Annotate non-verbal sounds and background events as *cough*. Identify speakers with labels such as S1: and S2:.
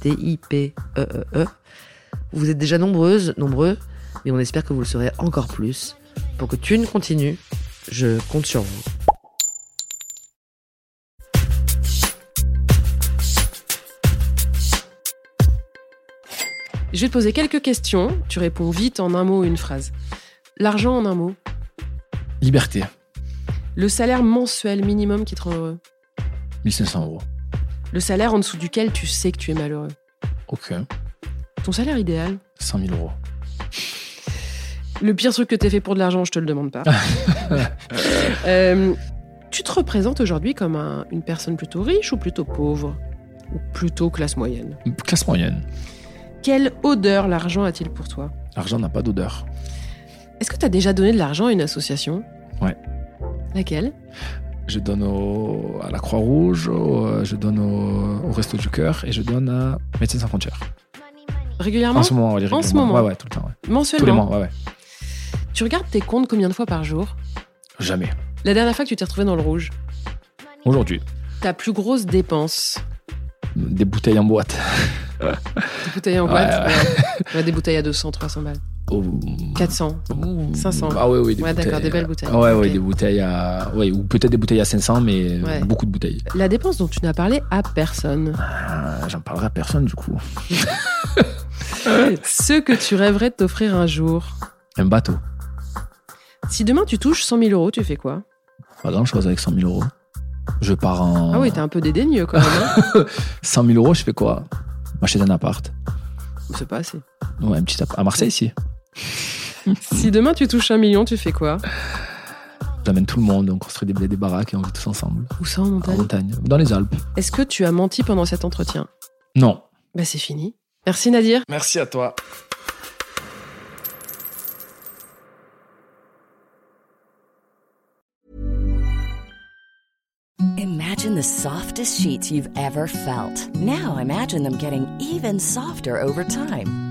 S1: T-I-P-E-E-E. E Vous êtes déjà nombreuses, nombreux, mais on espère que vous le serez encore plus. Pour que Thune continue, je compte sur vous.
S2: Je vais te poser quelques questions. Tu réponds vite en un mot ou une phrase. L'argent en un mot.
S3: Liberté,
S2: Le salaire mensuel minimum qui te rend heureux.
S3: 1500 euros.
S2: Le salaire en dessous duquel tu sais que tu es malheureux.
S3: Ok,
S2: Ton salaire idéal.
S3: 100 000 euros.
S2: Le pire truc que t'aies fait pour de l'argent, je te le demande
S3: *laughs*
S2: pas. Euh, tu te représentes aujourd'hui comme un- une personne plutôt riche ou plutôt pauvre Ou plutôt classe moyenne
S3: Classe moyenne.
S2: Quelle odeur l'argent a-t-il pour toi
S3: L'argent n'a pas d'odeur.
S2: Est-ce que t'as déjà donné de l'argent à une association
S3: Ouais.
S2: Laquelle
S3: Je donne au- à la Croix-Rouge, au- euh, je donne au, au Resto du Cœur et je donne à Médecins sans frontières.
S2: Régulièrement
S3: En ce moment, ouais,
S2: Ah En ce
S3: régulièrement.
S2: moment.
S3: Ouais, ouais, tout le temps. ouais. Tous les
S2: Mensuellement
S3: mois, ouais, ouais.
S2: Tu regardes tes comptes combien de fois par jour
S3: Jamais.
S2: La dernière fois que tu t'es retrouvé dans le rouge
S3: Aujourd'hui,
S2: Ta plus grosse dépense
S3: des bouteilles en boîte.
S2: Des bouteilles en
S3: Ouais,
S2: boîte ouais. Ouais, Des bouteilles à 200, 300 balles.
S3: Oh,
S2: 400.
S3: oh,
S2: 500.
S3: Ah ouais, ouais, des
S2: Ouais, d'accord,
S3: bouteilles.
S2: des belles bouteilles.
S3: Ouais, ouais,
S2: Ok.
S3: des bouteilles à. Ouais, ou peut-être des bouteilles à 500, mais
S2: Ouais.
S3: beaucoup de bouteilles.
S2: La dépense dont tu n'as parlé à personne.
S3: Ah, J'en parlerai à personne du coup.
S2: Ce que tu rêverais de t'offrir un jour.
S3: Un bateau.
S2: Si demain tu touches 100 000 euros, tu fais quoi
S3: Pas grand chose avec 100 000 euros. Je pars en.
S2: Ah oui, t'es un peu dédaigneux quand même.
S3: *laughs*
S2: hein.
S3: 100 000 euros, je fais quoi M'acheter un appart.
S2: C'est pas assez.
S3: Ouais, un petit appart. À Marseille, ici.
S2: Si demain tu touches un million, tu fais quoi
S3: J'amène tout le monde, on construit des blés, des baraques et on vit tous ensemble.
S2: Où ça en
S3: En
S2: montagne
S3: montagne. Dans les Alpes.
S2: Est-ce que tu as menti pendant cet entretien
S3: Non.
S2: Bah c'est fini. Merci Nadir.
S3: Merci à toi.
S4: Imagine the softest sheets you've ever felt. Now imagine them getting even softer over time.